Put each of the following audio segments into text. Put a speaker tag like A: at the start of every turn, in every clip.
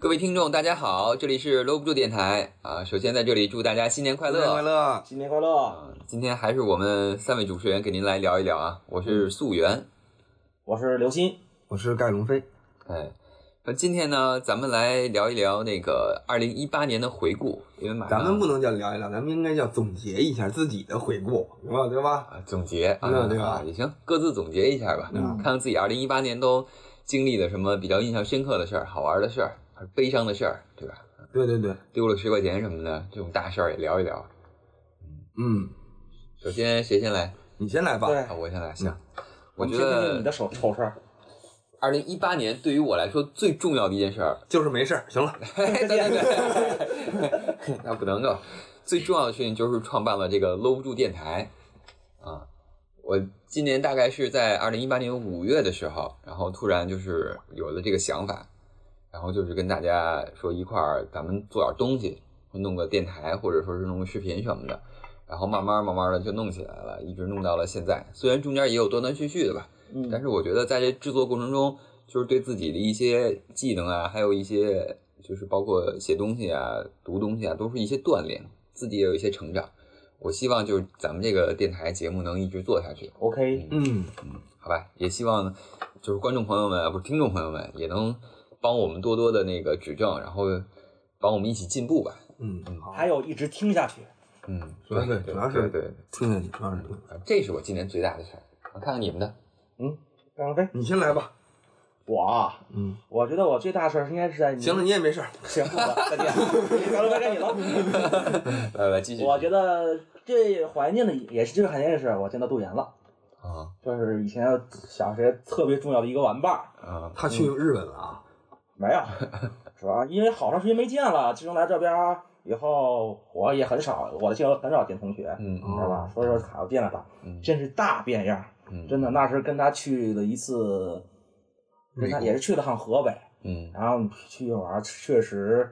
A: 各位听众，大家好，这里是搂不住电台啊。首先在这里祝大家新年快乐，
B: 新年快乐！
C: 新年快乐！
A: 今天还是我们三位主持人给您来聊一聊啊。我是素媛，
C: 我是刘鑫，
B: 我是盖龙飞。
A: 哎，那今天呢，咱们来聊一聊那个二零一八年的回顾，因为马上
B: 咱们不能叫聊一聊，咱们应该叫总结一下自己的回顾，对吧？对吧？
A: 啊总结啊，
B: 嗯对吧
A: 啊也行，各自总结一下吧，
B: 嗯
A: 看看自己二零一八年都经历了什么比较印象深刻的事儿、好玩的事儿、悲伤的事儿，对吧？
B: 对对对，
A: 丢了十块钱什么的，这种大事儿也聊一聊。
B: 嗯，
A: 首先谁先来？
B: 你先来吧。
C: 对
A: 啊，我先来，行。我
C: 我们
A: 觉
C: 先听听你
A: 得
C: 的手丑事儿。
A: 二零一八年对于我来说最重要的一件事儿，
B: 就是没事儿，行了。
A: 对对对， 那不能够。最重要的事情就是创办了这个搂不住电台啊！我今年大概是在二零一八年五月的时候，然后突然就是有了这个想法，然后就是跟大家说一块儿咱们做点东西，弄个电台或者说是弄个视频什么的，然后慢慢慢慢的就弄起来了，一直弄到了现在。虽然中间也有断断续续的吧，
C: 嗯
A: 但是我觉得在这制作过程中，就是对自己的一些技能啊，还有一些就是包括写东西啊、读东西啊，都是一些锻炼，自己也有一些成长。我希望就是咱们这个电台节目能一直做下去，
C: OK，
B: 嗯，
A: 好吧？也希望就是观众朋友们啊，不是听众朋友们，也能帮我们多多的那个指正，然后帮我们一起进步吧。
B: 嗯，好，
C: 还有一直听下去。
A: 嗯，
B: 主要是
A: 对
B: 主要是
A: 对对，
B: 听下去，主要是听。
A: 对这是我今年最大的事儿。我看看你们的，
C: 盖龙飞，
B: 你先来吧。
C: 我啊，
B: 嗯，
C: 我觉得我最大的事儿应该是在你
B: 行了，你也没事儿。
C: 行了，再见。盖龙飞该你了。
A: 来来继续。
C: 我觉得最怀念的也是这个怀念的是，我见到杜岩了，
A: 啊
C: 就是以前小学特别重要的一个玩伴儿。
A: 啊
B: 他去日本了啊？
C: 没 有，是吧？因为好长时间没见了，自从来这边儿以后，我也很少，我的校友很少见同学，
A: 嗯
C: 知道吧？所以说好见了他，
A: 嗯
C: 真是大变样儿。
A: 嗯，
C: 真的，那是跟他去了一次，跟他也是去了趟河北，
A: 嗯
C: 然后去玩儿，确实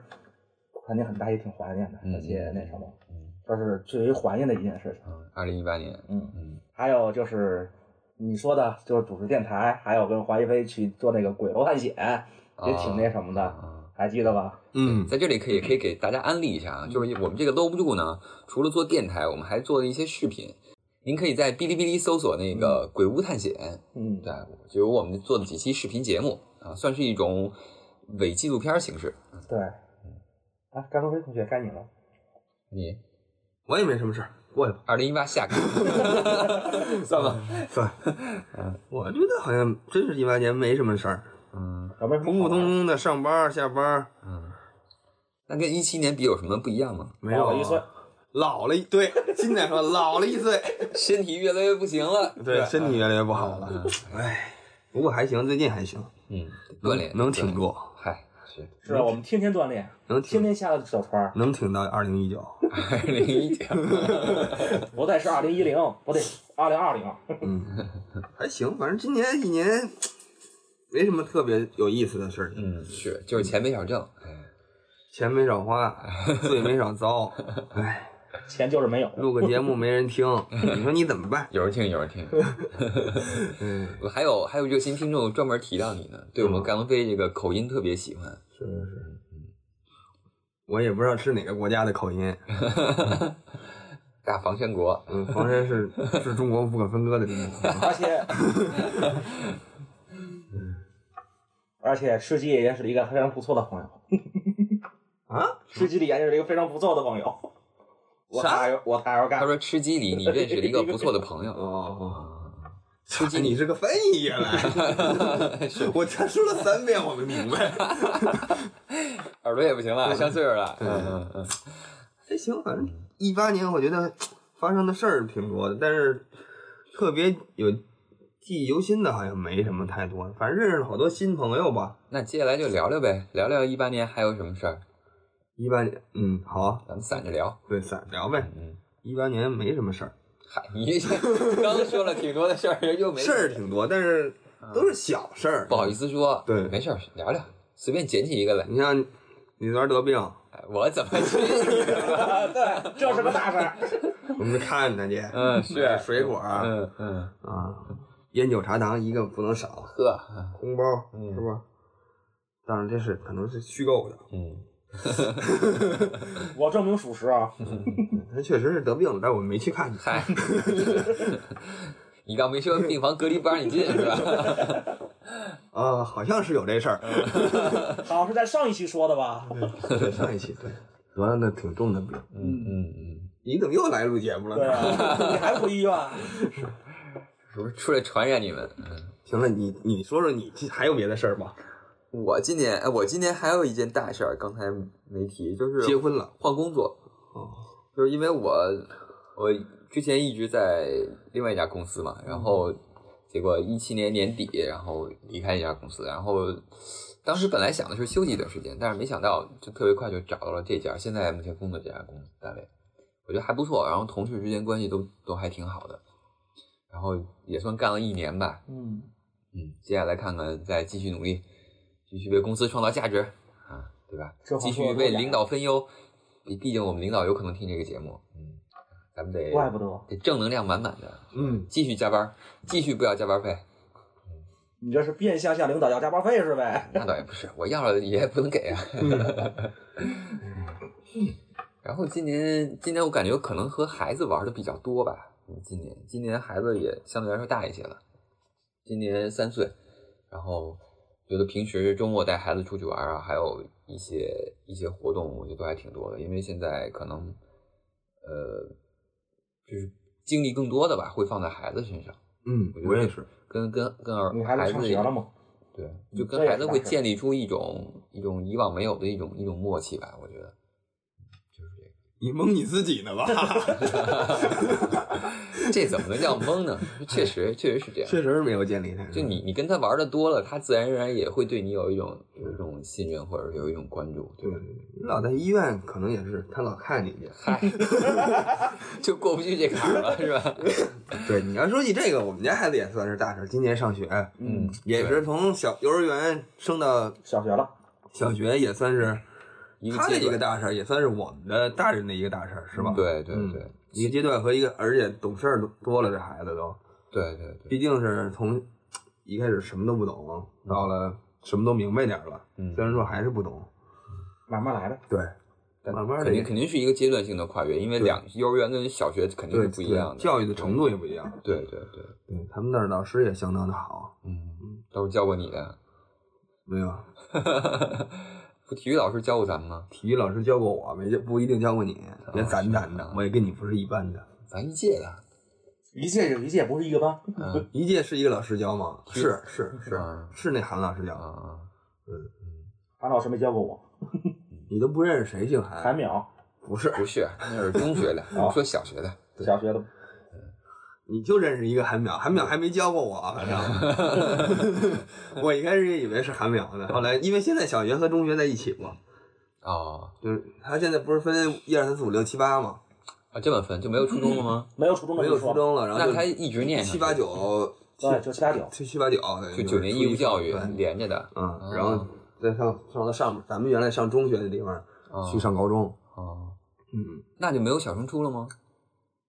C: 肯定很大，也挺怀念的，
A: 嗯
C: 而且那什么，
A: 嗯
C: 这是最为怀念的一件事情。
A: 嗯，二零一八年，
C: 嗯，
A: 嗯
C: 还有就是你说的，就是主持电台，还有跟黄一飞去做那个鬼楼探险，也挺那什么的，
A: 啊。
C: 还记得吧？
B: 嗯，
A: 在这里可以可以给大家安利一下啊，就是我们这个搂不住呢，除了做电台，我们还做了一些视频。您可以在哔哩哔哩搜索那个“鬼屋探险
C: 嗯”，
A: 对，就有我们做的几期视频节目啊，算是一种伪纪录片形式。
C: 对。
A: 嗯
C: 啊，甘龙飞同学，该你了。
A: 你
B: 我也没什么事儿，过去吧。
A: 二零一八下岗， 算吧。
B: 算了，我觉得好像真是一八年没什么事儿，
A: 嗯
C: 有没有什么
B: 普普通
C: 好玩的？
B: 通的上班下班，
A: 嗯，那跟一七年比有什么不一样吗？
B: 没有
C: 老
B: 啊
C: 了一岁，
B: 老了一对， 今天说老了一岁，
A: 身体越来越不行了。
B: 对，身体越来越不好了。哎，不过还行，最近还行，
A: 嗯，锻炼
B: 能
A: 挺
B: 挺
A: 住。
B: 住，
A: 嗨，是
C: 是啊我们天天锻炼，
B: 能
C: 天
B: 挺
C: 天下小团儿。
B: 能挺到二零一九。
A: 二零一九。
C: 不对，是二零一零，不对，二零二零。
B: 嗯，还行，反正今年一年没什么特别有意思的事儿，
A: 嗯，是，就是钱没少挣。哎
B: 钱没少花，罪没少遭，哎，
C: 钱就是没有。
B: 录个节目没人听，你说你怎么办？
A: 有人听，有人 听。
B: 嗯，
A: 还有还有热心听众专门提到你呢，对我们甘龙飞这个口音特别喜欢。
B: 是是是，我也不知道是哪个国家的口音，
A: 大防全国，
B: 嗯，房山是是中国不可分割的地 方。
C: 而且，而且世纪也认识了一个非常不错的朋友。
B: 啊？
C: 世纪里也认识了一个非常不错的朋友。我
B: 啥
C: 还我还要
A: 他
C: 干。
A: 说吃鸡里你认识了一个不错的朋友，
B: 哦，初级你是个翻译原来，我他说了三遍我没明白。
A: 耳朵也不行了，上岁数 了。
B: 对
A: 嗯嗯嗯，
B: 还行，反正一八年我觉得发生的事儿挺多的，但是特别有记忆犹新的好像没什么太多，反正认识了好多新朋友吧。
A: 那接下来就聊聊呗，聊聊一八年还有什么事儿，
B: 一八年，嗯，好啊，
A: 咱们散着聊。
B: 对，散聊呗。
A: 嗯，
B: 一八年没什么事儿，
A: 嗨，你 这刚说了挺多的事儿，又没
B: 事儿挺多，但是都是小事儿。
A: 不好意思说。
B: 对
A: 没事儿，聊聊，随便捡起一个来。
B: 你像李娟得病，
A: 哎我怎么去你的？
C: 啊对，这是个大事儿。
B: 我们去看她去，
A: 嗯是
B: 买水果 啊，
A: 嗯 嗯，
B: 烟酒茶糖一个不能少，
A: 呵，
B: 红包
A: 嗯
B: 是吧？当然这是可能是虚构的，
A: 嗯
C: 我证明属实啊，
B: 他确实是得病了，但我没去看。
A: 嗨，你刚没说病房隔离不让你进是吧？
B: 啊，好像是有这事儿。
C: 嗯好像是在上一期说的吧？
B: 对，对上一期对得了那挺重的病，
A: 嗯嗯嗯，
B: 你怎么又来录节目了？
C: 对啊，你还不回医院？
A: 是不是出来传染你们？嗯
B: 行了，你你说说你还有别的事儿吗？
A: 我今年，哎，我今年还有一件大事儿，刚才没提，就是
B: 结婚了，
A: 换工作，
B: 哦，
A: 就是因为我我之前一直在另外一家公司嘛，然后结果一七年年底，然后离开一家公司，然后当时本来想的是休息一段时间，但是没想到就特别快就找到了这家现在目前工作这家公单位，我觉得还不错，然后同事之间关系都都还挺好的，然后也算干了一年吧，
C: 嗯，
A: 嗯，接下来看看再继续努力，继续为公司创造价值啊，对吧
C: 这？话
A: 继
C: 说啊
A: 续
C: 得
A: 为
C: 多
A: 领导分忧，毕毕竟我们领导有可能听这个节目，嗯，咱们得
C: 怪不得
A: 得正能量满满的，
B: 嗯，
A: 继续加班，继续不要加班费，
C: 你这是变相向领导要加班费 是呗？
A: 那倒也不是，我要了也不能给啊。
C: 嗯
A: 然后今年，今年我感觉可能和孩子玩的比较多吧。嗯今年，今年孩子也相对来说大一些了，今年三岁。然后觉得平时周末带孩子出去玩啊，还有一些一些活动，我觉得都还挺多的。因为现在可能，呃，就是精力更多的吧，会放在孩子身上，
B: 嗯
A: 我觉，得
B: 我也是，
A: 跟跟跟儿
C: 你孩子上
A: 子
C: 学了吗？
A: 对，
C: 嗯
A: 就
C: 这
A: 跟
C: 也
A: 孩
C: 是
A: 子
C: 大
A: 会
C: 事儿
A: 建立出一种一种以往没有的一种一种默契吧，我觉得。
B: 你蒙你自己呢 吧？
A: 这怎么能叫懵呢？确实，确实是这样。
B: 确实是没有建立这个。
A: 就你，你跟他玩的多了，他自然而然也会对你有一种有一种信任，或者是有一种关注，对
B: 对，
A: 吧？
B: 对对你老在医院可能也是，他老看你去。
A: 嗨，就过不去这坎儿了，是吧？
B: 对，你要说起这个，我们家孩子也算是大事儿，今年上学，
A: 嗯，
B: 也是从小幼儿园升到
C: 小学了，
B: 小学，也算是
A: 一个
B: 他的
A: 阶
B: 一个
A: 段，
B: 大事儿，也算是我们的大人的一个大事儿，是吧？
A: 对对
B: 嗯
A: 对
B: 一个阶段和一个，而且懂事儿多了，这孩子都，
A: 对对对，
B: 毕竟是从一开始什么都不懂，到了什么都明白点儿了，
A: 嗯
B: 虽然说还是不懂，
C: 慢慢来呗。
B: 对，
A: 但
B: 慢慢
A: 肯定
B: 得
A: 肯定是一个阶段性的跨越，因为
B: 对
A: 两幼儿园跟小学肯定
B: 对
A: 是不一样的，
B: 对教育的程度也不一样。
A: 对，对对对，
B: 对他们那儿老师也相当的好，
A: 嗯，都是教过你的，
B: 没有
A: 不，体育老师教过咱们吗？
B: 体育老师教过我，没教不一定教过你，别咱咱
A: 啊
B: 的，我也跟你不是一般的。
A: 咱一届的，
C: 一届有一届，不是一个班。
A: 嗯，
B: 一届是一个老师教吗？是是
A: 是
B: 是
A: 吧
B: 是那韩老师
A: 啊
B: 教，
A: 啊，
C: 韩老师没教过我，
B: 你都不认识谁姓韩？
C: 韩淼，
B: 不是，
A: 不是，那是中 学的，我说小学的，
C: 小学的。
B: 你就认识一个韩淼，韩淼还没教过我，反 正 我一开始也以为是韩淼呢，后来因为现在小学和中学在一起嘛，
A: 哦，
B: 就是他现在不是分一二三四五六七八嘛，
A: 啊，这么分就没有初中了吗？
C: 没有初中的
B: 没
C: 就
B: 有
C: 说
B: 初，中了，然后
A: 那
B: 就
A: 他一直念上
B: 嗯七
A: 去
B: 八，九七
C: 对，就七八九。
B: 七七八九，
A: 就
B: 对
A: 九年义务教育
B: 对
A: 连着的，
B: 嗯，然后再上上到上面，咱们原来上中学的地方
A: 哦
B: 去上高中，
A: 哦，
B: 嗯，
A: 那就没有小升初了吗？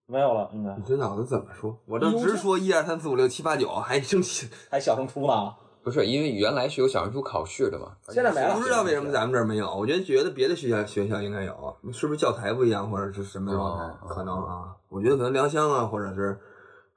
C: 没有了，应该
B: 你这脑子怎么说？我这直说一二三四五六七八九，还生气，
C: 还小升初啊呢。
A: 不是，因为原来是有小升初考试的嘛，
C: 现在没了
B: 不知道为什么咱们这儿没有，我觉得觉得别的学校学校应该有，是不是教材不一样，或者是什么状态
A: 哦？
B: 可能啊，我觉得可能良乡啊，或者是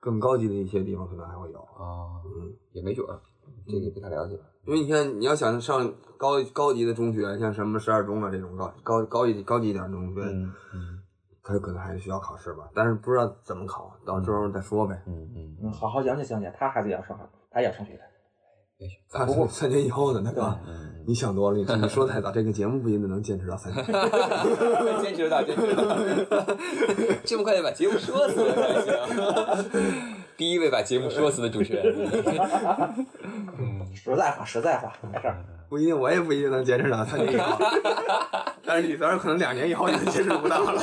B: 更高级的一些地方可能还会有，
A: 哦，
B: 嗯，
A: 也没准儿，这个不太了解，
B: 因为你看你要想上高高级的中学，像什么十二中啊这种高高高一高级一点的中学，
A: 嗯嗯
B: 它可能还是需要考试吧，但是不知道怎么考，到时候再说 呗。
A: 嗯
C: 嗯，好好讲解讲解，他孩子也要上，啊他也要上学的。
A: 没事，咱
B: 看
A: 不过，
B: 三年以后呢，对吧？
A: 嗯，
B: 你想多了，你你说太早，这个节目不一定能坚持到三年。
A: 坚持到，坚持到， 这么快就把节目说死了才行。 第一位把节目说死的主持人，
C: 实在话，实在话，没事儿。
B: 不一定，我也不一定能坚持到三年以后。 但是李三儿可能两年以后就坚持不到了。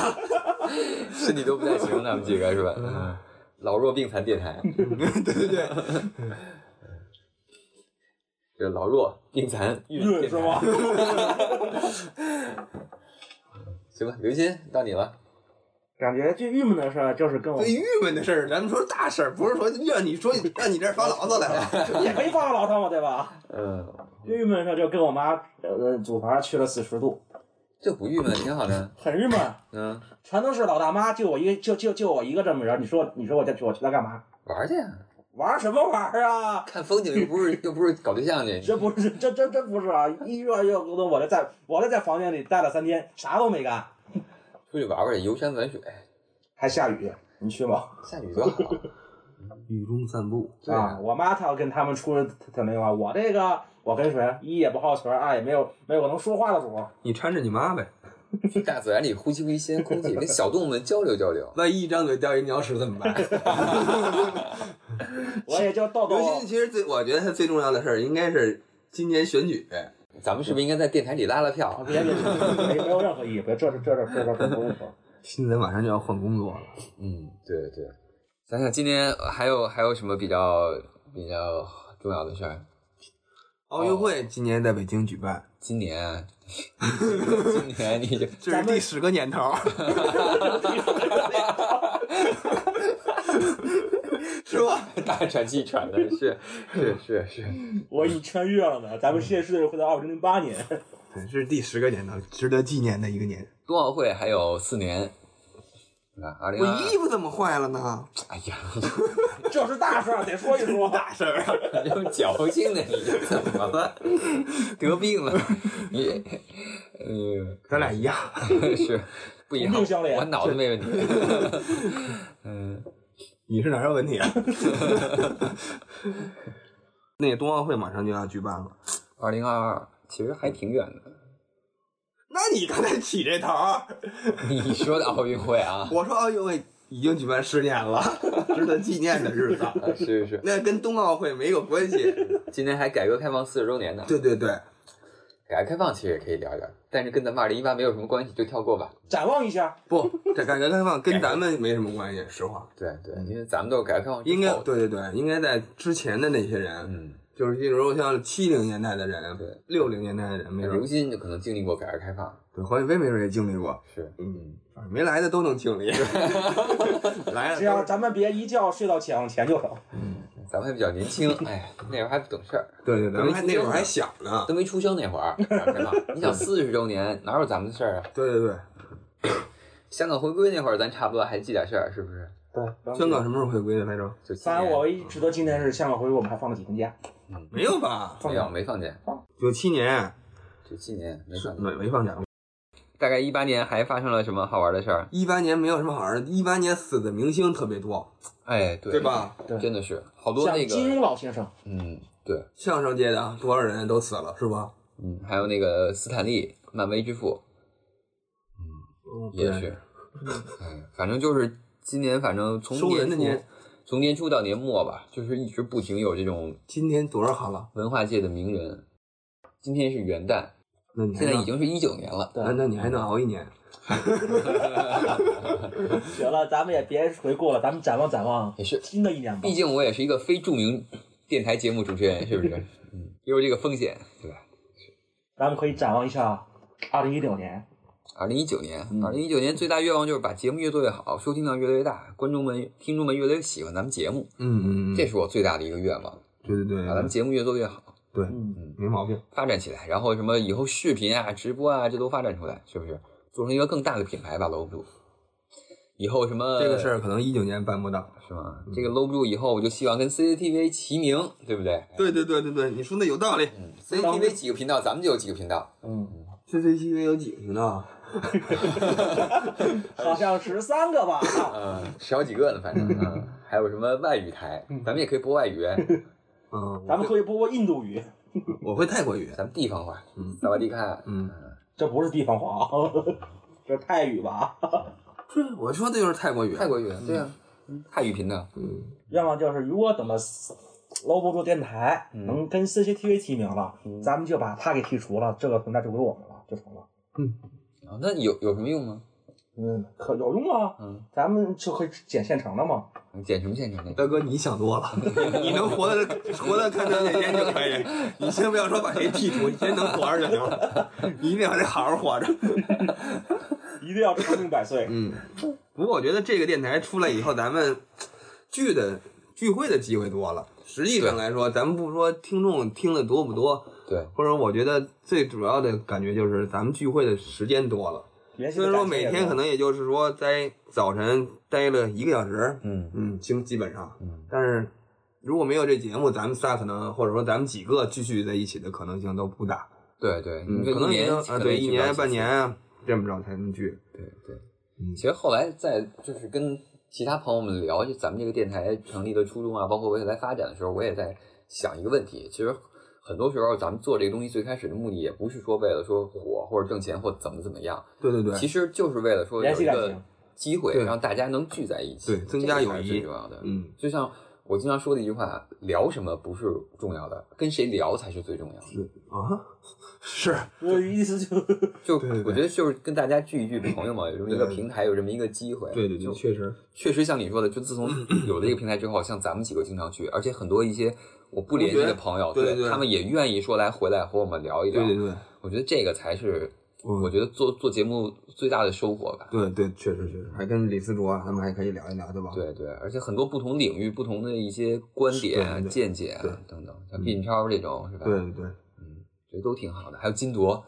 A: 身体都不太行，咱们几个是吧？嗯，老弱病残电台，
B: 对对对，
A: 这老弱病残
B: 嗯
C: 润
A: 电
C: 是
A: 台
C: 吗？
A: 行吧，刘鑫到你了。
C: 感觉最郁闷的事儿就是跟我
B: 最郁闷的事儿，咱们说大事儿，不是说让你说让你这儿发牢骚来了。
C: 也可以发个牢骚嘛，对吧？
A: 嗯，
C: 最郁闷的事儿就跟我妈呃组团去了四十度，
A: 这不郁闷，挺好的。
C: 很郁闷，
A: 嗯，
C: 全都是老大妈，就我一个就就就我一个这么人，你说你说我这去我去那干嘛？
A: 玩去呀，
C: 玩什么玩啊？
A: 看风景又不是又不是搞对象去。
C: 这不是，这这这不是啊！一越来越多，我这在我这在房间里待了三天，啥都没干，
A: 出去玩玩去，游山玩水，
C: 还下雨，你去吗？
A: 下雨多好。 啊
B: 雨中散步，
A: 对
C: 啊，
A: 啊，
C: 我妈她要跟他们出去，她那个我这个我跟谁一也不好学，二也没有没有能说话的主儿，
B: 你缠着你妈呗，
A: 去大自然里呼吸呼吸新鲜空气，跟小动物们交流交流。
B: 万一一张嘴掉一鸟屎怎么 办？
C: 我也就逗逗
B: 刘。鑫其实最，我觉得他最重要的事儿应该是今年选举，
A: 咱们是不是应该在电台里拉拉票？
C: 啊别别别，没没有任何意义，别这这这这这这不用说。
B: 现在马上就要换工作了。
A: 嗯，对对。想想今天还有还有什么比较比较重要的事儿？
B: 奥运会今年在北京举办，
A: 今年，啊 今年你就
B: 这是第十个年头， 是吧？
A: 大喘气喘的，是是是是，
C: 我已经穿越了呢，咱们世界世界回到二零零八年，
B: 对， 这是第十个年头，值得纪念的一个年。
A: 冬奥会还有四年，啊，二零
B: 我
A: 二，
B: 衣服怎么坏了呢？
A: 哎呀，
C: 这是大事儿，啊得说一说。
B: 大事儿啊！
A: 你这么矫情呢，你这怎么了？得病了，你，嗯、
B: 咱俩 一样，
A: 是不一样
C: 同病相，怜
A: 我脑子没问题， 嗯，
B: 你是哪儿有问题啊？ 那个冬奥会马上就要举办了，
A: 二零二二其实还挺远的。
B: 那你刚才起这头儿，
A: 你说的奥运会啊，
B: 我说奥运会已经举办十年了， 值得纪念的日子，
A: 啊是是，
B: 那跟冬奥会没有关系。
A: 今天还改革开放四十周年呢。
B: 对对对，
A: 改革开放其实也可以聊一聊，但是跟咱们二零一八没有什么关系，就跳过吧。
C: 展望一下，
B: 不，这改革开放跟咱们没什么关系，实话。
A: 对对，嗯因为咱们都是改革开放之后
B: 应该对对对，应该在之前的那些人，
A: 嗯，
B: 就是比如像七零年代的人，
A: 对，
B: 六零年代的人，没
A: 刘
B: 准
A: 鑫就可能经历过改革开放，
B: 对黄宇飞没准也经历过，
A: 是，
B: 嗯，反正没来的都能经历， 来
C: 只要
B: 了
C: 咱们别一觉睡到解放前就成。
A: 嗯咱们还比较年轻，哎呀，那会儿还不懂事儿，
B: 都对对对，咱们还
A: 没出
B: 那
A: 生
B: 会儿还小呢，
A: 都没出生那会儿改革开放。你想四十周年哪有咱们的事儿啊？
B: 对对对，
A: 香港回归那会儿咱差不多还记点事儿，是不是？
C: 对
B: 香港什么时候回归的来着？
A: 就今
C: 当然，
A: 年
C: 我唯一值得纪念的是香港回归，我们还放了几天假。
B: 没有吧？
A: 没有没放假，
B: 九七年
A: 九七年没
B: 是
A: 放假。
B: 没没放假，
A: 大概一八年还发生了什么好玩的事儿？
B: 一八年没有什么好玩的，一八年死的明星特别多，
A: 哎，对
B: 对？吧？
A: 真的是好多
C: 像
A: 那
C: 金
A: 个，
C: 庸老先生，
A: 嗯，对，
B: 相声界的多少人都死了，是吧？
A: 嗯，还有那个斯坦利，漫威之父，也是，嗯，反正就是今年，反正从
B: 收
A: 年
B: 人的
A: 初
B: 年
A: 从年初到年末吧，就是一直不停有这种
B: 今天多少好了？
A: 文化界的名人。今天是元旦，
B: 那你还
A: 现在
B: 能
A: 已经是一九年了，
B: 那那你还能熬一年？
C: 行了，咱们也别回顾了，咱们展望展望
A: 也是，
C: 新的一年吧
A: 毕。竟我也是一个非著名电台节目主持人，是不 是？嗯，也有这个风险，对吧？
C: 咱们可以展望一下二零一六年，
A: 二零一九年，
B: 嗯
A: 二零一九年最大愿望就是把节目越做越好，收听量越来越大，观众们、听众们越来越喜欢咱们节目，
B: 嗯嗯嗯，嗯
A: 这是我最大的一个愿望，
B: 对对
A: 把咱们
B: 对，
A: 节目越做越好，
B: 对，
C: 嗯，
B: 没毛病。
A: 发展起来，然后什么以后视频啊、直播啊，这都发展出来，是不是？做成一个更大的品牌吧，搂不住。以后什么
B: 这个事嗯儿可能一九年办不到。
A: 是吗？这个搂不住以后，我就希望跟 CCTV 齐名，对不对？
B: 对对对对对，你说的有道理。
A: 嗯
B: 当
A: ，CCTV 几个频道，咱们就有几个频道。
C: 嗯，
B: 这这期有几个频道？
C: 好像十三个吧，啊
A: 嗯，十好几个呢，反正。嗯，还有什么外语台，咱们也可以播外 语，
B: 嗯，
C: 咱们可以播播印度语，
B: 我会泰国语。
A: 咱们地方话
B: 嗯，
A: 萨瓦迪卡。
B: 嗯，
C: 这不是地方话啊， 这是泰语吧？
B: 对，嗯我说的就是泰国语。
A: 泰国语，对啊，泰语频道。
B: 嗯，
C: 愿望就是，如果等到搂不住电台
A: 嗯
C: 能跟 CCTV 提名了，
B: 嗯
C: 咱们就把他给剔除了，这个存在就归我们了，就成了。
A: 啊那有有什么用吗？
C: 嗯，可有用啊，
A: 嗯，
C: 咱们就可以捡现成的嘛。
A: 你剪什么现成的？
B: 大哥，你想多了， 你能活的活的看到那天就可以。你先不要说把谁剔除，你先能活着就行了。你一定要得好好活着。
C: 一定要长命百岁。
B: 嗯，不过我觉得这个电台出来以后，咱们聚的聚会的机会多了。实际上来说，咱们不说听众听的多不多，
A: 对，
B: 或者我觉得最主要的感觉就是咱们聚会的时间多了。
C: 联系
B: 虽
C: 的
B: 然说
C: 感
B: 每
C: 谢也
B: 天
C: 多
B: 可能也就是说在早晨待了一个小时，
A: 嗯
B: 嗯，基基本上，
A: 嗯，
B: 但是如果没有这节目，咱们仨可能或者说咱们几个继续在一起的可能性都不大。
A: 对对，
B: 嗯，
A: 你这
B: 可能
A: 一
B: 也
A: 年
B: 就
A: 可
B: 啊，
A: 能
B: 对，
A: 也
B: 一
A: 聚不了
B: 年
A: 几
B: 半
A: 次
B: 年啊，这么着才能聚。
A: 对对，
B: 嗯
A: 其实后来在就是跟其他朋友们聊就咱们这个电台成立的初衷啊，包括未来发展的时候，我也在想一个问题。其实很多时候咱们做这个东西最开始的目的也不是说为了说火或者挣钱或怎么怎么样，
B: 对对对，
A: 其实就是为了说
C: 联
A: 有
C: 系
A: 一
C: 感
A: 个
C: 情。
A: 机会
B: 对
A: 让大家能聚在一起，
B: 对增加
A: 这个才
B: 友
A: 是
B: 谊
A: 最重要的。
B: 嗯，
A: 就像我经常说的一句话，聊什么不是重要的，跟谁聊才是最重要的。
B: 是啊，是
C: 我意思就
A: 就
B: 对对对
A: 我觉得就是跟大家聚一聚朋友嘛，有这么一个
B: 对
A: 平台，有这么一个机会，
B: 对对对，
A: 就
B: 确实，
A: 确实像你说的，就自 从有了这个平台之后，像咱们几个经常去，而且很多一些我不联系的朋友，
B: 同学对对对
A: 他们也愿意说来回来和我们聊一聊。
B: 对对对，
A: 我觉得这个才是
B: 嗯
A: 我觉得做做节目最大的收获吧。
B: 对对，确实确实，还跟李思卓啊他们还可以聊一聊，对吧？
A: 对对，而且很多不同领域、不同的一些观点啊、
B: 对对对
A: 见解啊
B: 对嗯
A: 等等，像毕锦超这种是吧？
B: 对对对，
A: 嗯，觉得都挺好的。还有金铎，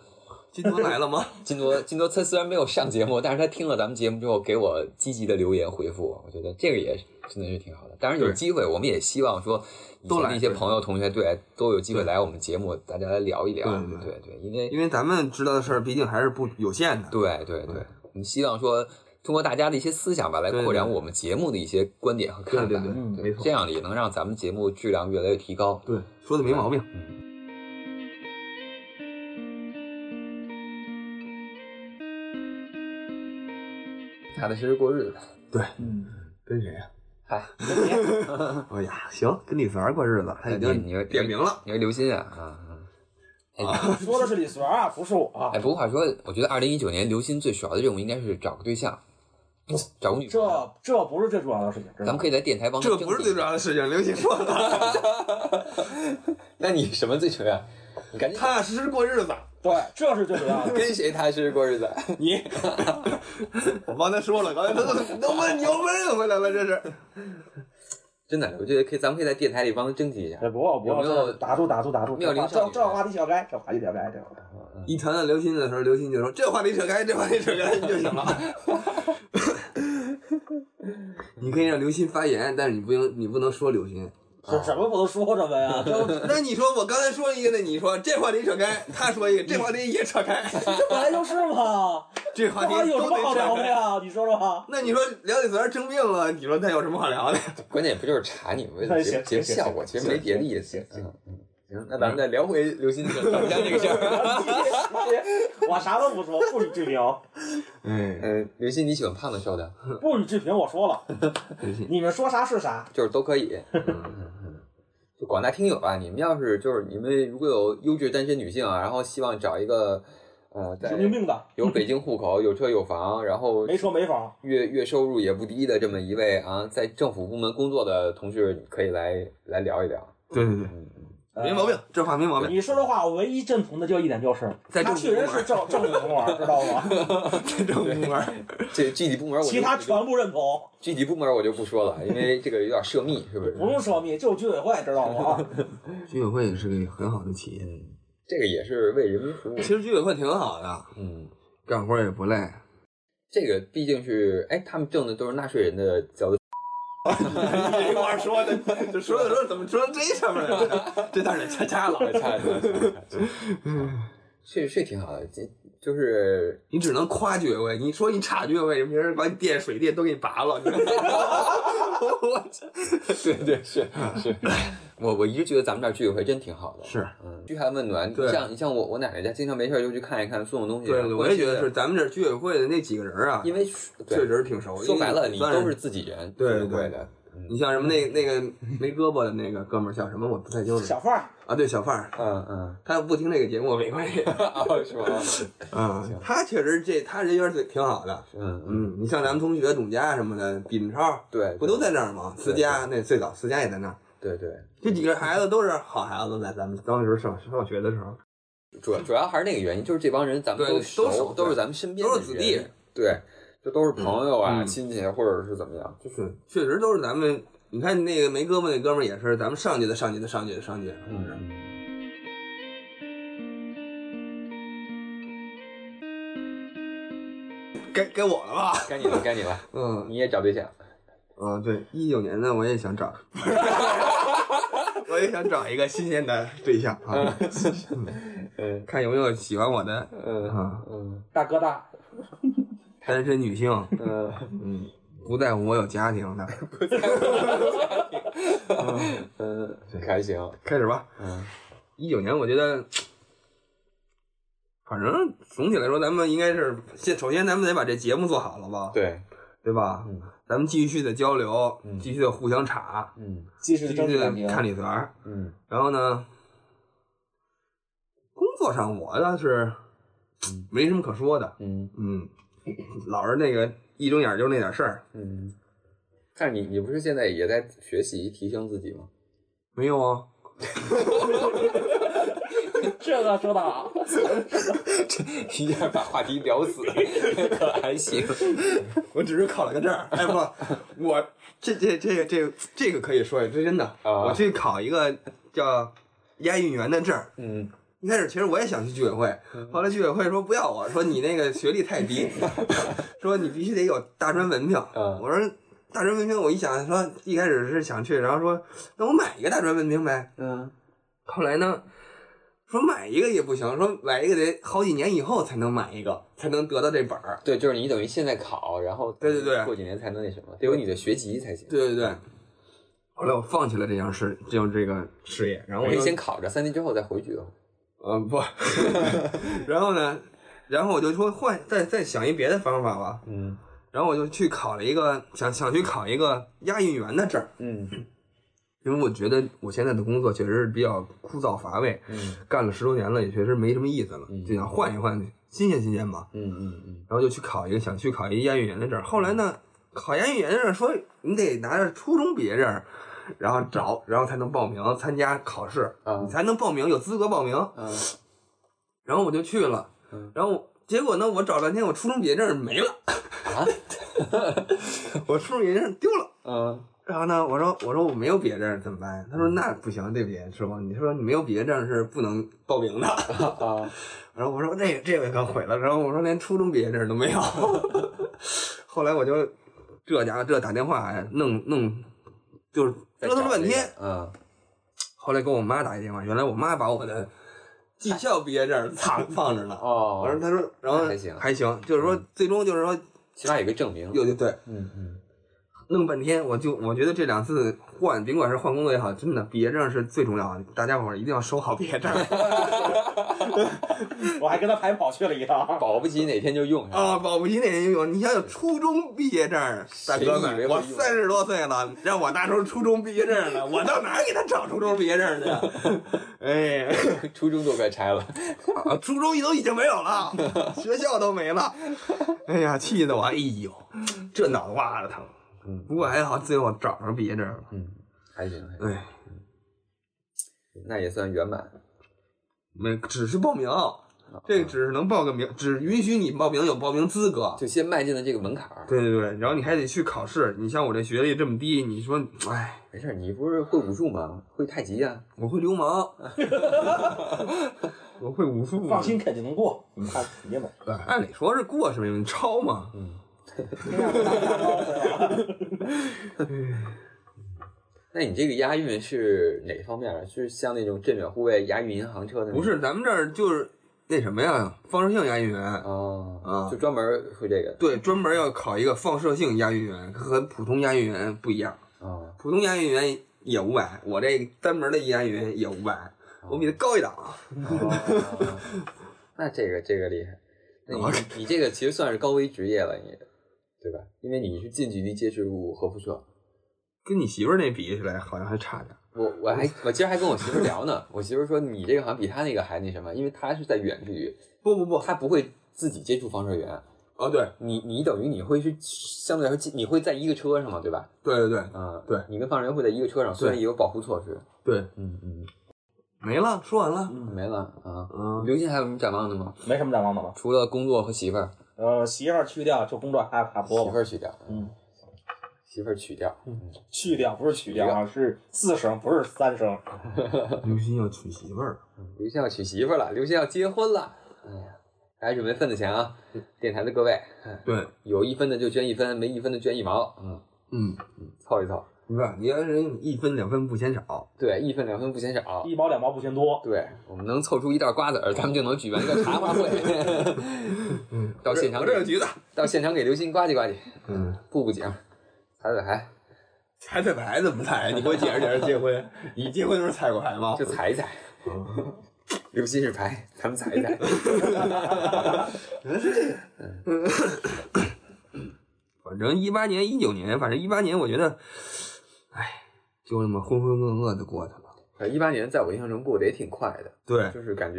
B: 金卓来了吗？
A: 金铎，金铎他虽然没有上节目，但是他听了咱们节目之后，给我积极的留言回复，我觉得这个也是真的是挺好的。当然有
B: 对
A: 机会，我们也希望说，
B: 都来
A: 那些
B: 对
A: 朋友同学对都有机会来我们节目，大家来聊一聊。
B: 对
A: 对
B: 对
A: 因为
B: 因为咱们知道的事儿毕竟还是不有限的。
A: 对对对
B: 对，
A: 我们希望说通过大家的一些思想吧，来
B: 对对
A: 扩展
B: 对
A: 我们节目的一些观点和看法。
B: 对对
C: 嗯
B: 对，没错
A: 这，样也能让咱们节目质量越来越提高。
B: 对，说的没毛病。
A: 踏踏实实过日子，
B: 对，
C: 嗯，
B: 跟谁啊呀？
A: 嗨，
B: 哎呀，行，跟李四儿过日子，他已经
A: 你你
B: 点名了。
A: 你要留心啊啊！嗯
C: 说的是李璇啊，不是我啊
A: 哎，。不过话说，我觉得二零一九年刘鑫最主要的任务应该是找个对象，找个女朋友。
C: 这这不是最重要的事情，真的
A: 咱们可以在电台帮他
B: 这不是最主
A: 要。
B: 要的事情，刘鑫说的，
A: 那你什么最重要？你赶紧
B: 踏踏实实过日子。
C: 对，这是最主要的。
A: 跟谁踏实过日子？
B: 你，我帮他说了，刚才他都都问牛问回来了，这是。
A: 真的，我觉得可以，咱们可以在电台里帮他征集一下。
C: 哎，不过不
A: 有
C: 过，
A: 没有
C: 这打住打住打住，
A: 没有
C: 这
A: 零
C: 话
A: 少
C: 这
A: 女
C: 这话题小该，这话题小该，这话题
B: 一谈到刘鑫的时候，刘鑫就说：“这话题扯开，这话题扯开就行了。”你可以让刘鑫发言，但是你不能，你不能说刘鑫。
C: 这什么我都说着呗啊，这
B: 那你说我刚才说一个，那你说这话题扯开，他说一个，这话题也扯 开，
C: 这本来就是嘛，
B: 哎这
C: 这
B: 话题
C: 话题有
B: 都
C: 什么
B: 得
C: 好
B: 扯
C: 聊的
B: 开。
C: 呀？你说 说吧。
B: 那你说梁子泽生病了，你说他有什么好聊的？
A: 关键不就是查你为了节
C: 行
A: 节目
C: 行
A: 效果，其实没别的意思。
C: 行行嗯
A: 嗯嗯行，那咱们再聊回刘鑫这个老乡这个事 儿。
C: 我啥都不说，不予置评，
B: 哎，
A: 嗯，刘鑫，你喜欢胖的瘦的，
C: 不予置评。我说 了，你们说啥是啥。
A: 就是都可 以。嗯就广大听友啊，你们要是就是你们如果有优质单身女性啊，然后希望找一个呃，在
C: 神经病的，
A: 有北京户口、有车有房，然后
C: 没车没房，
A: 月月收入也不低的这么一位啊，在政府部门工作的同事，可以来来聊一聊。
B: 对对对，哎
A: 嗯，
C: 呃
B: 没毛病。，这话没毛病。
C: 你说的话，我唯一认同的就一点就是，
B: 在
C: 他
B: 政府
C: 确实是正正经公玩，知道吗？
B: 这种部门，
A: 这具体部门我就
C: 其他
A: 我就
C: 全部认同，
A: 具体部门我就不说了，因为这个有点涉密，是不是？
C: 不用说密，就是居委会，知道吗？啊
B: 居委会是个很好的企业，
A: 嗯，这个也是为人民服务
B: 其。实居委会挺好的，
A: 嗯，
B: 干活也不累。
A: 这个毕竟是哎，他们挣的都是纳税人的交的。
B: 这话说的，就说着说着怎么说到这上面来了？这倒是恰恰了。
A: 差点是是挺好的，这就是
B: 你只能夸居委会，你说你差居委会，别人把你电水电都给你拔了。你知道吗我去，
A: 对对是是， 我我一直觉得咱们这儿居委会真挺好 的，
B: 是
A: 嗯，嘘寒问暖。你
B: 对
A: 像你像我我奶奶家，经常没事儿就去看一看，送送东西。
B: 对，我也觉得
A: 关
B: 是
A: 心
B: 咱们这居委会的那几个人啊
A: 的，，因为对
B: 确实挺熟。
A: 说白了，
B: 因为
A: 你
B: 算
A: 都是自嗯己人，
B: 对
A: 居委会
B: 对
A: 的。
B: 你像什么那那个没胳膊的那个哥们儿叫什么？我不太清楚
C: 小范儿，
B: 啊。对，小范儿，
A: 嗯嗯，
B: 他不听这个节目没 关系。
A: 哦是吗？
B: 啊，他确实这他人缘儿挺挺好的。
A: 嗯嗯，
B: 嗯，你像咱们同学董佳什么的，毕锦超
A: 对，
B: 不都在那儿吗？思佳那最早思佳也在那儿。
A: 对对，
B: 这几个孩子都是好孩子，都在咱们当时上上学的时候，
A: 主主要还是那个原因，就是这帮人咱们
B: 对
A: 都
B: 都熟
A: 都是
B: 对
A: 咱们身边
B: 都是
A: 的
B: 子
A: 人
B: 弟，
A: 对，这都是朋友啊、
B: 嗯
A: 亲戚或者是怎么样，
B: 就是确实都是咱们，你看那个没胳膊那哥们儿也是咱们上届的上届的上届的上届，
A: 嗯，
B: 该该我了吧？
A: 该你了，该你了，
B: 嗯
A: 你也找对象，
B: 嗯，对，一九年呢，我也想找，我也想找一个新鲜的对象啊，
A: 嗯
B: 看有没有喜欢我的
A: 嗯
B: 啊，
A: 嗯
C: 大哥大，
B: 单身女性，
A: 嗯
B: 嗯，不在乎我有家庭的，
A: 嗯，还行，
B: 开始吧。
A: 嗯
B: 一九年，我觉得，反正总体来说，咱们应该是先首先咱们得把这节目做好了吧，
A: 对，
B: 对吧？
A: 嗯
B: 咱们继续的交流，
A: 嗯
B: 继续的互相查，
A: 嗯
C: 继
B: 继
C: 续
B: 续
C: 争取
B: 的
C: 感情。
B: 看李纂儿。
A: 嗯
B: 然后呢，工作上我倒是
A: 嗯
B: 没什么可说的，
A: 嗯
B: 嗯，老是那个一睁眼就那点事儿。
A: 嗯，但是你你不是现在也在学习提升自己吗？
B: 没有啊，
C: 这个说的好，
A: 一下把话题聊死，可还行，
B: 我只是考了个证儿。哎不，我这这这个这个这个可以说一下，这真的，
A: 啊
B: 我去考一个叫押运员的证儿。
A: 嗯
B: 一开始其实我也想去居委会，后来居委会说不要我，说你那个学历太 低，说你必须得有大专文凭。
A: 嗯
B: 我说大专文凭，我一想说一开始是想去，然后说那我买一个大专文凭呗。
A: 嗯
B: 后来呢，说买一个也不行，说买一个得好几年以后才能买一个，才能得到这本儿。
A: 对，就是你等于现在考，然后
B: 对对对
A: 过几年才能那什么，得有你的学籍才行。，
B: 对对对。后来我放弃了这项事，就这个事业，然后
A: 我
B: 我
A: 可以
B: 就
A: 哎先考着，三年之后再回去。
B: 嗯不，然后呢，然后我就说换再再想一别的方法吧。
A: 嗯
B: 然后我就去考了一个，想想去考一个押运员的证儿，
A: 嗯
B: 因为我觉得我现在的工作确实是比较枯燥乏味，
A: 嗯
B: 干了十多年了，也确实没什么意思了
A: 嗯，
B: 就想换一换，新鲜新鲜吧。
A: 嗯嗯
B: 然后就去考一个，想去考一个押运员的证儿。后来呢，考押运员的证儿说你得拿着初中毕业证儿，然后找，然后才能报名参加考试，
A: 嗯啊
B: 你才能报名，有资格报名。
A: 啊
B: 然后我就去了
A: 嗯，
B: 然后结果呢，我找半天，我初中毕业证儿没了，
A: 啊
B: 我初中毕业证儿丢了。
A: 嗯
B: 然后呢，我说我说我没有毕业证怎么办？他说那不行，对不起，师傅，你说你没有毕业证是不能报名的。
A: 啊
B: 然后我说这这回可毁了，然后我说连初中毕业证都没有。 后来我就这家伙这打电话弄弄，就是折腾了半天。
A: 啊
B: 后来给我妈打一电话，原来我妈把我的技校毕业证 藏放着呢。
A: 哦，
B: 我说他说，然后
A: 还行
B: 还行，嗯就是说最终就是说
A: 起码有个证明。
B: 有就对，
A: 嗯嗯
B: 弄半天，我就我觉得这两次换，甭管是换工作也好，真的毕业证是最重要的，大家伙儿一定要收好毕业证
C: 我还跟他排跑去了一趟。
A: 保不齐哪天就用上
B: 啊！
A: 了。
B: 保不齐那人有，你想有初中毕业证，大哥
A: 谁以为
B: 们，
A: 会
B: 我
A: 用
B: 三十多岁了，让我拿出初中毕业证来，我到哪儿给他找初中毕业证去？哎，
A: 初中都快拆了。
B: 啊初中都已经没有了，学校都没了，哎呀，气得我，哎呦，这脑瓜子疼。
A: 嗯
B: 不过还好，最后找着毕业证了。
A: 嗯，还行，还行
B: 哎，
A: 那也算圆满。
B: 没，只是报名，这个只是能报个名，只允许你报名有报名资格。
A: 就先迈进了这个门槛儿。
B: 对对对，然后你还得去考试。你像我这学历这么低，你说，哎，
A: 没事儿，你不是会武术吗？会太极啊呀、
B: 我会流氓， 我会武术。
C: 放心，肯定能过。你看，你们
B: 哎，按理说是过是没问题，抄嘛。
A: 嗯，
C: 对吧
A: 那你这个押运是哪方面啊？是像那种镇远护卫押运银行车的？
B: 不。是，咱们这儿就是那什么呀，放射性押运员。
A: 哦
B: 啊，
A: 就专门会这个。
B: 对，专门要考一个放射性押运员，和普通押运员不一样。
A: 哦，
B: 普通押运员也五百，我这单门的押运员也五百，我比他高一档。
A: 哦那这个这个厉害。那你
B: OK
A: 你这个其实算是高危职业了，你对吧？因为你是近距离接触核辐射。
B: 跟你媳妇儿那比起来，好像还差点儿。
A: 我我还我今儿还跟我媳妇儿聊呢，我媳妇儿说你这个好像比她那个还那什么，因为她是在远距离，
B: 不不不，
A: 她不会自己接触放射源。
B: 哦对
A: 你你等于你会是相对来说，你会在一个车上嘛，对吧？
B: 对对对
A: 嗯，
B: 对
A: 你跟放人会在一个车上，虽然也有保护措施。
B: 对，
A: 嗯嗯，
B: 没了，说完了。
A: 没了啊。
B: 嗯，
A: 刘鑫还有什么展望的吗？
C: 没什么展望的了。
A: 除了工作和媳妇儿，
C: 呃，媳妇儿去掉就工作还差不多
A: 媳妇
C: 吧。
A: 儿去掉，
C: 嗯，
A: 媳妇儿去掉，
C: 去掉不是取掉啊，是四声，不是三声。
B: 刘鑫要娶媳妇儿，
A: 刘星要娶媳妇儿了，刘星要结婚了，哎呀，大家准备份子钱啊，电台的各位，
B: 对，
A: 有一分的就捐一分，没一分的捐一毛，嗯，
B: 嗯，
A: 凑一凑，
B: 不是，你要人一分两分不嫌少，
A: 对，一分两分不嫌少，
C: 一毛两毛不嫌多。
A: 对，我们能凑出一袋瓜子儿，咱们就能举办一个茶话 会。到现场
B: 我这有
A: 给
B: 橘子，
A: 到现场给刘鑫呱唧呱唧，
B: 嗯，
A: 布布景，踩踩牌，
B: 踩彩排怎么踩？你给我解释解释结婚，你结婚的时候彩过牌吗
A: 就？踩一踩。嗯刘鑫是牌，咱们踩一踩。
B: 反正一八年、一九年，反正一八年，我觉得，哎，就那么浑浑噩噩的过去了。
A: 呃一八年在我印象中过得也挺快的，
B: 对，
A: 就是感觉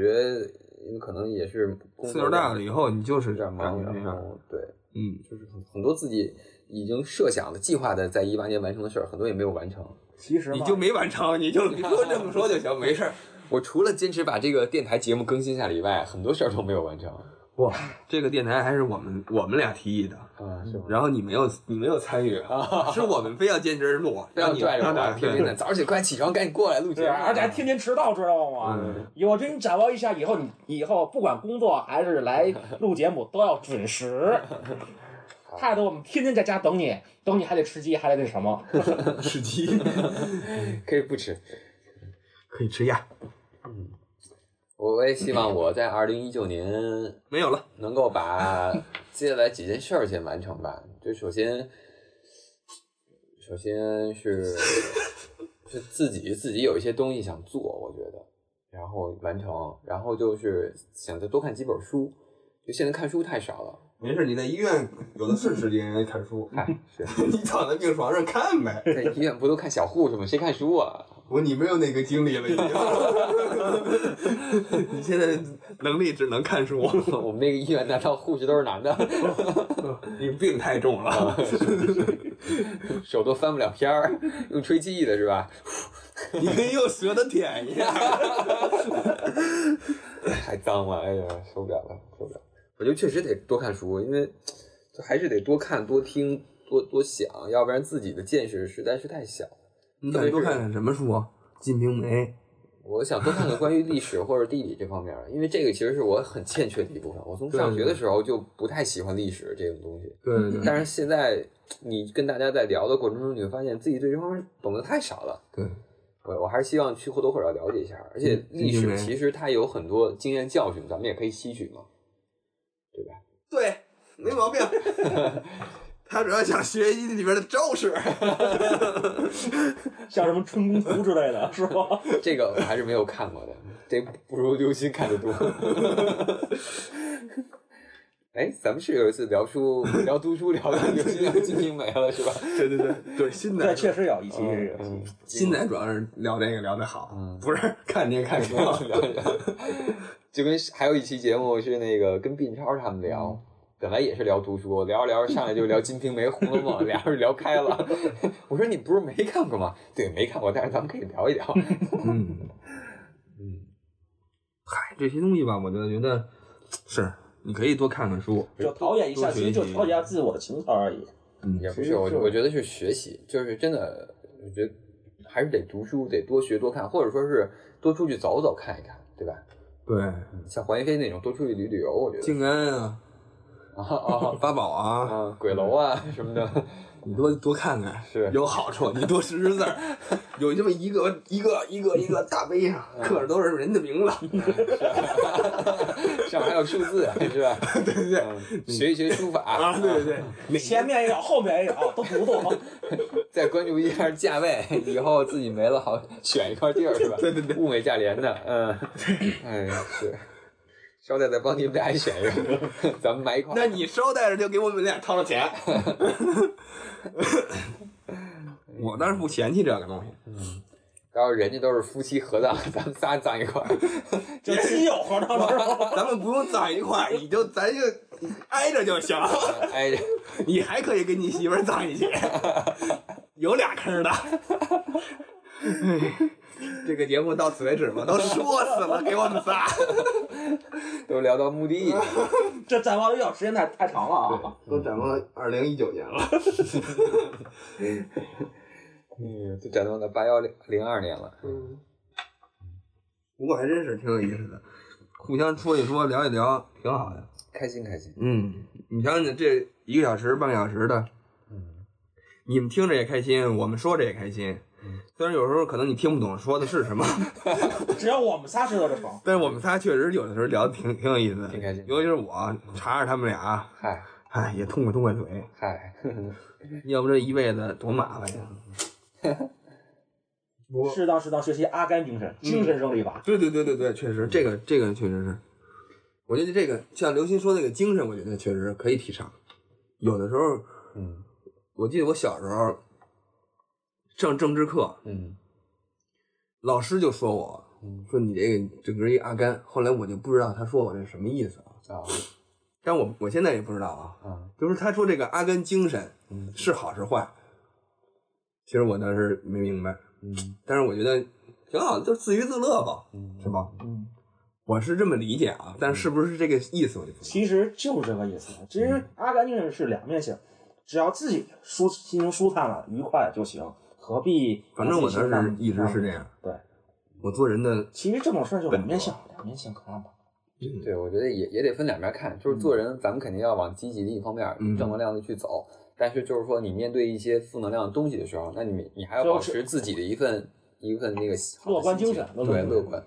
A: 因为可能也是工
B: 岁
A: 作
B: 数大了以后，你就是
A: 有点
B: 感
A: 忙，
B: 觉这
A: 然
B: 样。
A: 后对，
B: 嗯，
A: 就是很很多自己已经设想的、计划的，在一八年完成的事儿，很多也没有完成。
C: 其实吧
B: 你就没完成，你就你 就这么说就行，没事儿。
A: 我除了坚持把这个电台节目更新下来以外，很多事儿都没有完成。
B: 哇，这个电台还是我们我们俩提议的，
A: 啊，是吗？
B: 然后你没有你没有参与，是我们非要坚持录，
A: 不要
B: 让你
A: 拽着
B: 让
A: 我，
B: 你
A: 天天的，早上起快起床，赶紧过来录节
C: 对，啊
A: 目。啊
C: 而且还天天迟到，知道吗？
B: 嗯
C: 我觉得你掌握一下以后，你以后不管工作还是来录节目，都要准时。害得我们天天在家等你，等你还得吃鸡，还得那什么。
B: 吃 鸡，
A: 可以不吃。
B: 可以吃鸭，
A: 我我也希望我在二零一九年
B: 没有了，
A: 能够把接下来几件事儿先完成吧。就首先，首先是是自己自己有一些东西想做，我觉得，然后完成，然后就是想再多看几本书。就现在看书太少了，
B: 没事，你在医院有的是时间看书，
A: 嗨， 是
B: 你躺在病床上看呗。
A: 在医院不都看小护士吗？谁看书啊？
B: 我你没有那个精力了，已 经。你现在能力只能看 书，
A: 我们那个医院难道护士都是男的？
B: 你病太重了。
A: 手都翻不了片儿，用吹气的是吧？
B: 你可以用舌头舔一 下。
A: 太脏了，哎呀，受不了了，受不了。我觉得确实得多看书，因为就还是得多看、多听、多多想，要不然自己的见识实在是太小。
B: 你想多看看什么书啊？《金瓶梅
A: 我想多看看关于历史或者地理这方面的，因为这个其实是我很欠缺的一部分。我从上学的时候就不太喜欢历史这种东西，》。
B: 对对对
A: 但是现在你跟大家在聊的过程中，你会发现自己对这方面懂得太少了。
B: 对，
A: 我我还是希望去或多或少了解一下，而且历
B: 嗯
A: 史
B: 嗯
A: 其实它有很多经验教训，咱们也可以吸取嘛，对吧？
B: 对，没毛 病。他主要想学习里边的招式。
C: 像什么春宫图之类的，是吧？
A: 这个我还是没有看过的，这不如刘鑫看的 多。哎，咱们是有一次聊书、聊读书，聊到 刘鑫聊金瓶梅了，是吧？
B: 对对对对，新
C: 对，
B: 的
C: 确实有一期是有一期
A: 嗯，
B: 新的主要是聊这个聊得好，
A: 嗯
B: 不是看这个看 什么。
A: 聊一聊就跟还有一期节目是那个跟毕超他们聊，本来也是聊读书，聊着聊着上来就聊《金瓶梅》《红楼梦》，俩人聊开了。我说你不是没看过吗？对，没看过，但是咱们可以聊一聊。
B: 嗯，
A: 嗯，
B: 嗨，这些东西吧，我就觉得是你可以多看看书。
C: 就陶冶一下，
B: 多学
C: 其实
B: 习
C: 就调节一下自我的情操而已。
A: 也不是，
C: 其实
A: 我
C: 就
A: 我觉得是学习，就是真的，我觉得还是得读书，得多学多看，或者说是多出去走走看一看，对吧？
B: 对，
A: 像黄一飞那种，多出去旅旅游，我觉 得
B: 静安啊，
A: 啊啊
B: 八宝
A: 啊
B: 啊，
A: 啊，鬼楼啊什么的，
B: 你多多看看，
A: 是
B: 有好处。你多识识字儿， 有这么一个一个一个一个大碑上
A: 嗯
B: 刻着都是人的名字。
A: 上面还有数字，啊是吧？
B: 对对对，
A: 嗯学一学书法
B: 啊，对对
A: 嗯
B: 对，哪
C: 前面也有，后面也有，啊都读读。
A: 再关注一下价 位，以后自己没了好选一块地儿是 吧？对对对，物美价廉的， 嗯，哎是，捎带再帮你们俩也选一个， 咱们买一块。
B: 那你捎带着就给我们俩掏 了钱。 我当然不嫌弃这个东西，
A: 到时候人家都是夫妻合葬， 咱们仨葬一 块儿，
C: 就亲友合照是吧？
B: 咱们不用攒一块儿，你就咱就挨着 就行。
A: 哎，
B: 你还可以跟你媳妇儿葬 一起，有俩坑的。这个节目到此为止吧，都说死了，给我们仨。
A: 都聊到墓地，
C: 这展望的有点时间太太长了啊。
B: 都展望二零一九年了，
A: 嗯，都展望到八幺零零二年了。
B: 嗯，不过还真是挺有意思的，互相说一说，聊一聊，挺好的。
A: 开心开心，
B: 嗯，你想想这一个小时、半个小时的，
A: 嗯，
B: 你们听着也开心，我们说着也开心
A: 嗯。
B: 虽然有时候可能你听不懂说的是什么，
C: 只要我们仨知道就成。
B: 但是我们仨确实有的时候聊的挺挺有意思的，
A: 挺开心
B: 尤其是我查查他们俩，
A: 嗨
B: 哎，也痛快痛快嘴，
A: 嗨，
B: 要不这一辈子多麻烦呀。我
C: 适当适当学习阿甘精神，精神胜利法。
B: 对对对对对，确实，这个这个确实是，我觉得这个像刘鑫说那个精神，我觉得确实可以提倡。有的时候，
A: 嗯
B: 我记得我小时候上政治课，
A: 嗯
B: 老师就说我
A: 嗯
B: 说你这个整个一阿甘，后来我就不知道他说我这什么意思啊，
A: 啊
B: 但我我现在也不知道啊，
A: 啊
B: 就是他说这个阿甘精神
A: 嗯
B: 是好是坏，其实我当时没明白，
A: 嗯
B: 但是我觉得挺好的，就自娱自乐吧，
A: 嗯，
B: 是？吧？
C: 嗯，
B: 我是这么理解啊，但是是不是这个意思我就不知道。
C: 其实就是这个意思。其实阿甘精神是两面性，只要自己舒心情舒坦了、愉快就行，何必？
B: 反正我当时一直是这。样，
C: 对，
B: 我做人的，
C: 其实这种事儿就两面性，两面性可看吧。
A: 对，我觉得也也得分两面看，就是做人，咱们肯定要往积极的一方面、
B: 嗯
A: 正能量的去走。但是就是说，你面对一些负能量的东西的时候，那你你还要保
C: 就
A: 持自己的一份一份那个好的
C: 乐观
A: 心情
C: 精神乐
A: 对
C: 观
A: 乐观，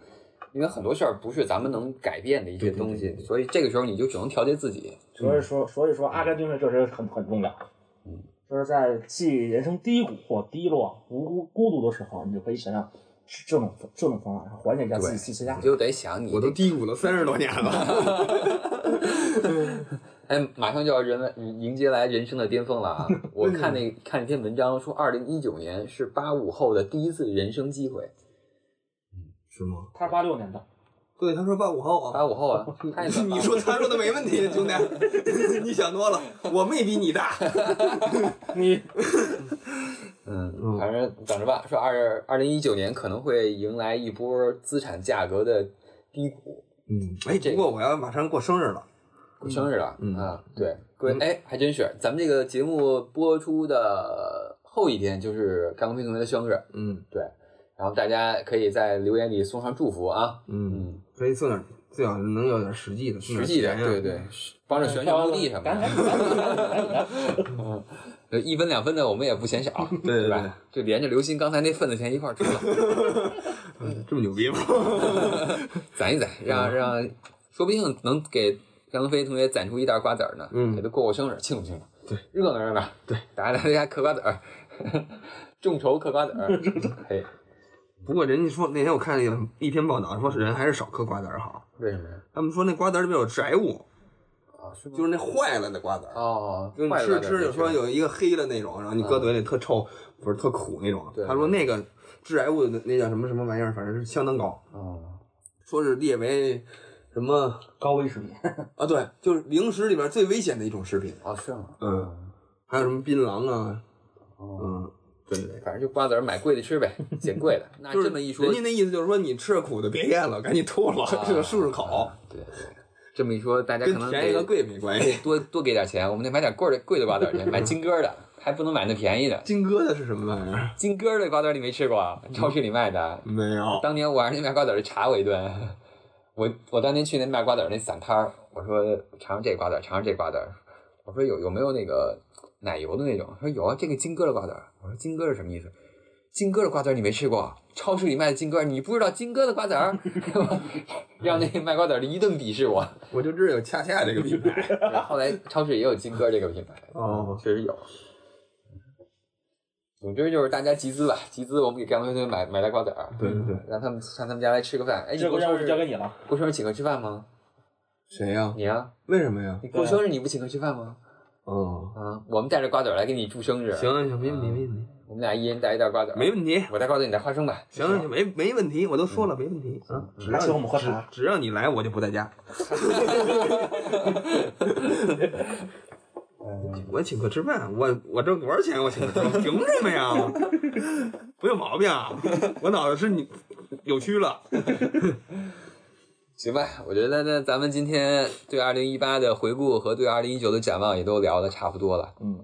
A: 因为很多事儿不是咱们能改变的一些
B: 对对
A: 东西，所以这个时候你就只能调节自己。
C: 所以说，所以说阿甘精神确实很很重要。
A: 嗯，
C: 就是在自己人生低谷或低落、无孤独的时候，你就可以想想是这种这种方法，缓解一下自己自己的压
A: 你
C: 力。
A: 就得 想你，
B: 我都低谷了三十多年了，
A: 哎，马上就要人迎迎接来人生的巅峰了啊！我看那看一篇文章说，二零一九年是八五后的第一次人生机会。
B: 是吗？
C: 他是八六年的，
B: 对，他说八五后啊，
A: 八五后啊， 他也算
B: 你
A: 85
B: 说他说的没问 题，兄弟， 你想多了，我们也比你大。
C: 你
A: 嗯，反正等着吧。说二二零一九年可能会迎来一波资产价格的低谷，
B: 嗯，哎，
A: 这
B: 不
A: 个
B: 过我要马上过生日了，
A: 过生日了、
B: 嗯
A: 啊！对，各位，哎，还真是，咱们这个节目播出的后一天就是甘国平同学的生日，
B: 嗯
A: 然后大家可以在留言里送上祝福啊。
B: 嗯，
A: 嗯，
B: 可以送点，最好能有点实际的，
A: 实际点，
B: 点，
A: 对对，帮着选选墓地什么
C: 赶
A: 的
B: 嗯
C: 紧赶紧赶紧赶紧赶紧
A: 呃，一分两分的我们也不嫌少，
B: 对对对
A: 吧？就连着刘鑫刚才那份子钱一块儿出了。
B: 嗯这么牛逼吗？
A: 攒一攒，
B: 嗯
A: 让让，说不定能给张龙飞同学攒出一袋瓜子儿呢。
B: 嗯
A: 给他过过生日，庆祝庆祝，
B: 对，
A: 热闹热闹。
B: 对，
A: 大家大家嗑瓜子儿， 众筹嗑瓜子儿，可以。
B: 不过人家说那天我看了一篇报道，说是人还是少嗑瓜子儿好。
A: 为什么呀？
B: 他们说那瓜子儿里边有宅物，
A: 啊，是吗
B: 就是那坏了的瓜子儿。
A: 哦，
B: 就是你
A: 坏
B: 吃
A: 了
B: 吃，有时候有一个黑的那种，然后你搁嘴里特臭，不是特苦那种
A: 啊对。
B: 他说那个致癌物的那叫什么什么玩意儿，反正是相当高，
A: 哦，
B: 说是列为什么
C: 高危食品，
B: 啊？对，就是零食里边最危险的一种食品。
A: 哦是吗？
B: 嗯，还有什么槟榔啊？
A: 哦，
B: 嗯，对对。
A: 反正就瓜子儿买贵的吃呗，捡贵的。那
B: 就是
A: 这么一说
B: 人，家那意思就是说你吃着苦的别咽了，赶紧吐了，
A: 啊
B: 这个漱漱口，
A: 啊对对，这么一说，大家可
B: 跟
A: 能
B: 便宜和
A: 得
B: 贵没关系。
A: 得多多给点钱，我们得买点贵的贵的瓜子儿去，买金哥的，还不能买那便宜的。
B: 金疙瘩是什么玩意儿？
A: 金哥的瓜子儿你没吃过啊？超市里卖的。
B: 没有。
A: 当年我让那卖瓜子儿的查我一顿，我我当年去那卖瓜子儿那散摊儿，我说尝尝这瓜子儿，尝尝这瓜子儿，我说有有没有那个奶油的那种？他说有啊，这个金哥的瓜子儿。我说金哥是什么意思？金哥的瓜子儿你没吃过？啊超市里卖的金哥，你不知道金哥的瓜子儿？ 让那卖瓜子儿的一顿鄙视我。
B: 我就知道有恰恰这个品牌。
A: 然后后来超市也有金哥这个品牌，嗯
B: 哦
A: 确实有。总之就是大家集资吧，集资我们给甘同学买买袋瓜子儿， 啊
B: 对对对，
A: 让他们上他们家来吃个饭。哎，你
C: 这个
A: 过
C: 任
A: 生
C: 务就
A: 日
C: 交给你了。
A: 过生日请客吃饭吗？
B: 谁呀？
A: 你啊，
B: 为什么呀？
A: 你过生日你不请客吃饭吗？
B: 哦，
A: 啊，我们带着瓜子儿来给你祝生日。
B: 行，行，没问题，没问题，
A: 我们俩一人带一袋瓜子儿。
B: 没问题。
A: 我带瓜子儿，你带花生吧。
B: 行行，没没问题，我都说了没问题啊。只
C: 还
B: 要
C: 请我们喝茶
B: 只要你来，我就不在家。 我请客吃饭，我我挣多少钱？我请客吃饭，凭什么呀？我有毛病啊！我脑子是你扭曲了。
A: 行吧，我觉得那咱们今天对二零一八的回顾和对二零一九的展望也都聊的差不多了。
C: 嗯，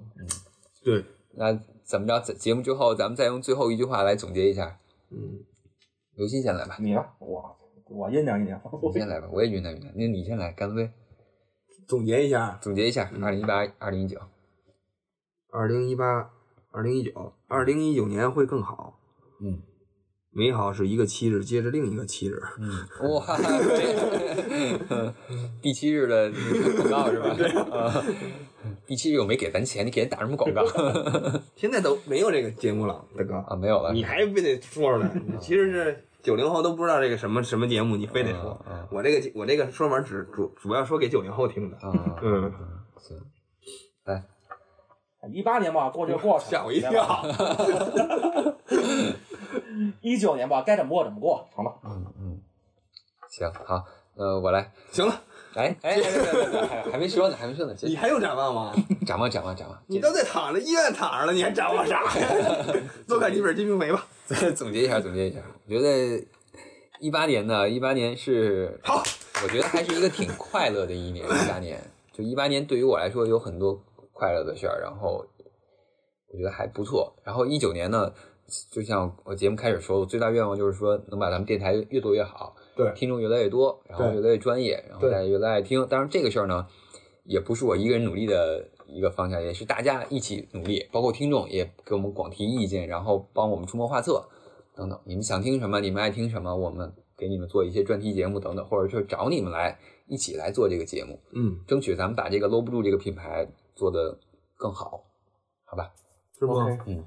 B: 对，
A: 那怎么着？在节目之后，咱们再用最后一句话来总结一下。
B: 嗯，
A: 刘鑫先来吧，
C: 你呢？我我酝酿酝酿，
A: 你先来吧，我也云南云南，那你先来，干杯！
B: 总结一下，
A: 总结一下二零一八、二零一九。
B: 二零一八、二零一九、二零一九年会更好。
A: 嗯
B: 美好是一个七日接着另一个七日，
A: 嗯，哇，这第七日的广告是吧？ 啊，第七日我没给咱钱，你给人打什么广告
B: 现在都没有这个节目了，大哥，
A: 啊？没有了，
B: 你还非得说出来？你其实是九零后都不知道这个什么什么节目，你非得说。
A: 啊
B: 我这个我这个说法只主主要说给九零后听的。
A: 啊啊！
B: 嗯，
A: 行，
C: 哎一八年吧，过去就过去 了，
B: 吓我一跳。
C: 一九年吧，该怎么过怎么过，好吧？
A: 嗯嗯，行好，呃，我来，
B: 行了，
A: 哎哎，还还没说呢，还没说呢，
B: 你还有展望吗？
A: 展望展望展望，
B: 你都在躺着医院躺着了，你还展望啥 呀？多看几本《金瓶梅》吧。
A: 再总结一下，总结一下，我觉得一八年呢，一八年是
B: 好，
A: 我觉得还是一个挺快乐的一 年。一八年，就一八年对于我来说有很多快乐的事儿，然后我觉得还不错。然后一九年呢，就像我节目开始说，我最大愿望就是说能把咱们电台越做越好，
B: 对
A: 听众越来越多，然后
B: 对
A: 越来越专业，然后
B: 对
A: 大家越来越爱听。当然，这个事儿呢，也不是我一个人努力的一个方向，也是大家一起努力，包括听众也给我们广提意见，然后帮我们出谋划策等等。你们想听什么，你们爱听什么，我们给你们做一些专题节目等等，或者就找你们来一起来做这个节目，
B: 嗯，
A: 争取咱们把这个搂不住这个品牌做得更好，好吧？
B: 是不？
C: OK，
A: 嗯，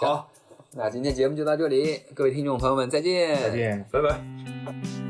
B: 好，
A: 那今天节目就到这里，各位听众朋友们再见，
C: 再见。
B: 拜拜。
A: 拜拜。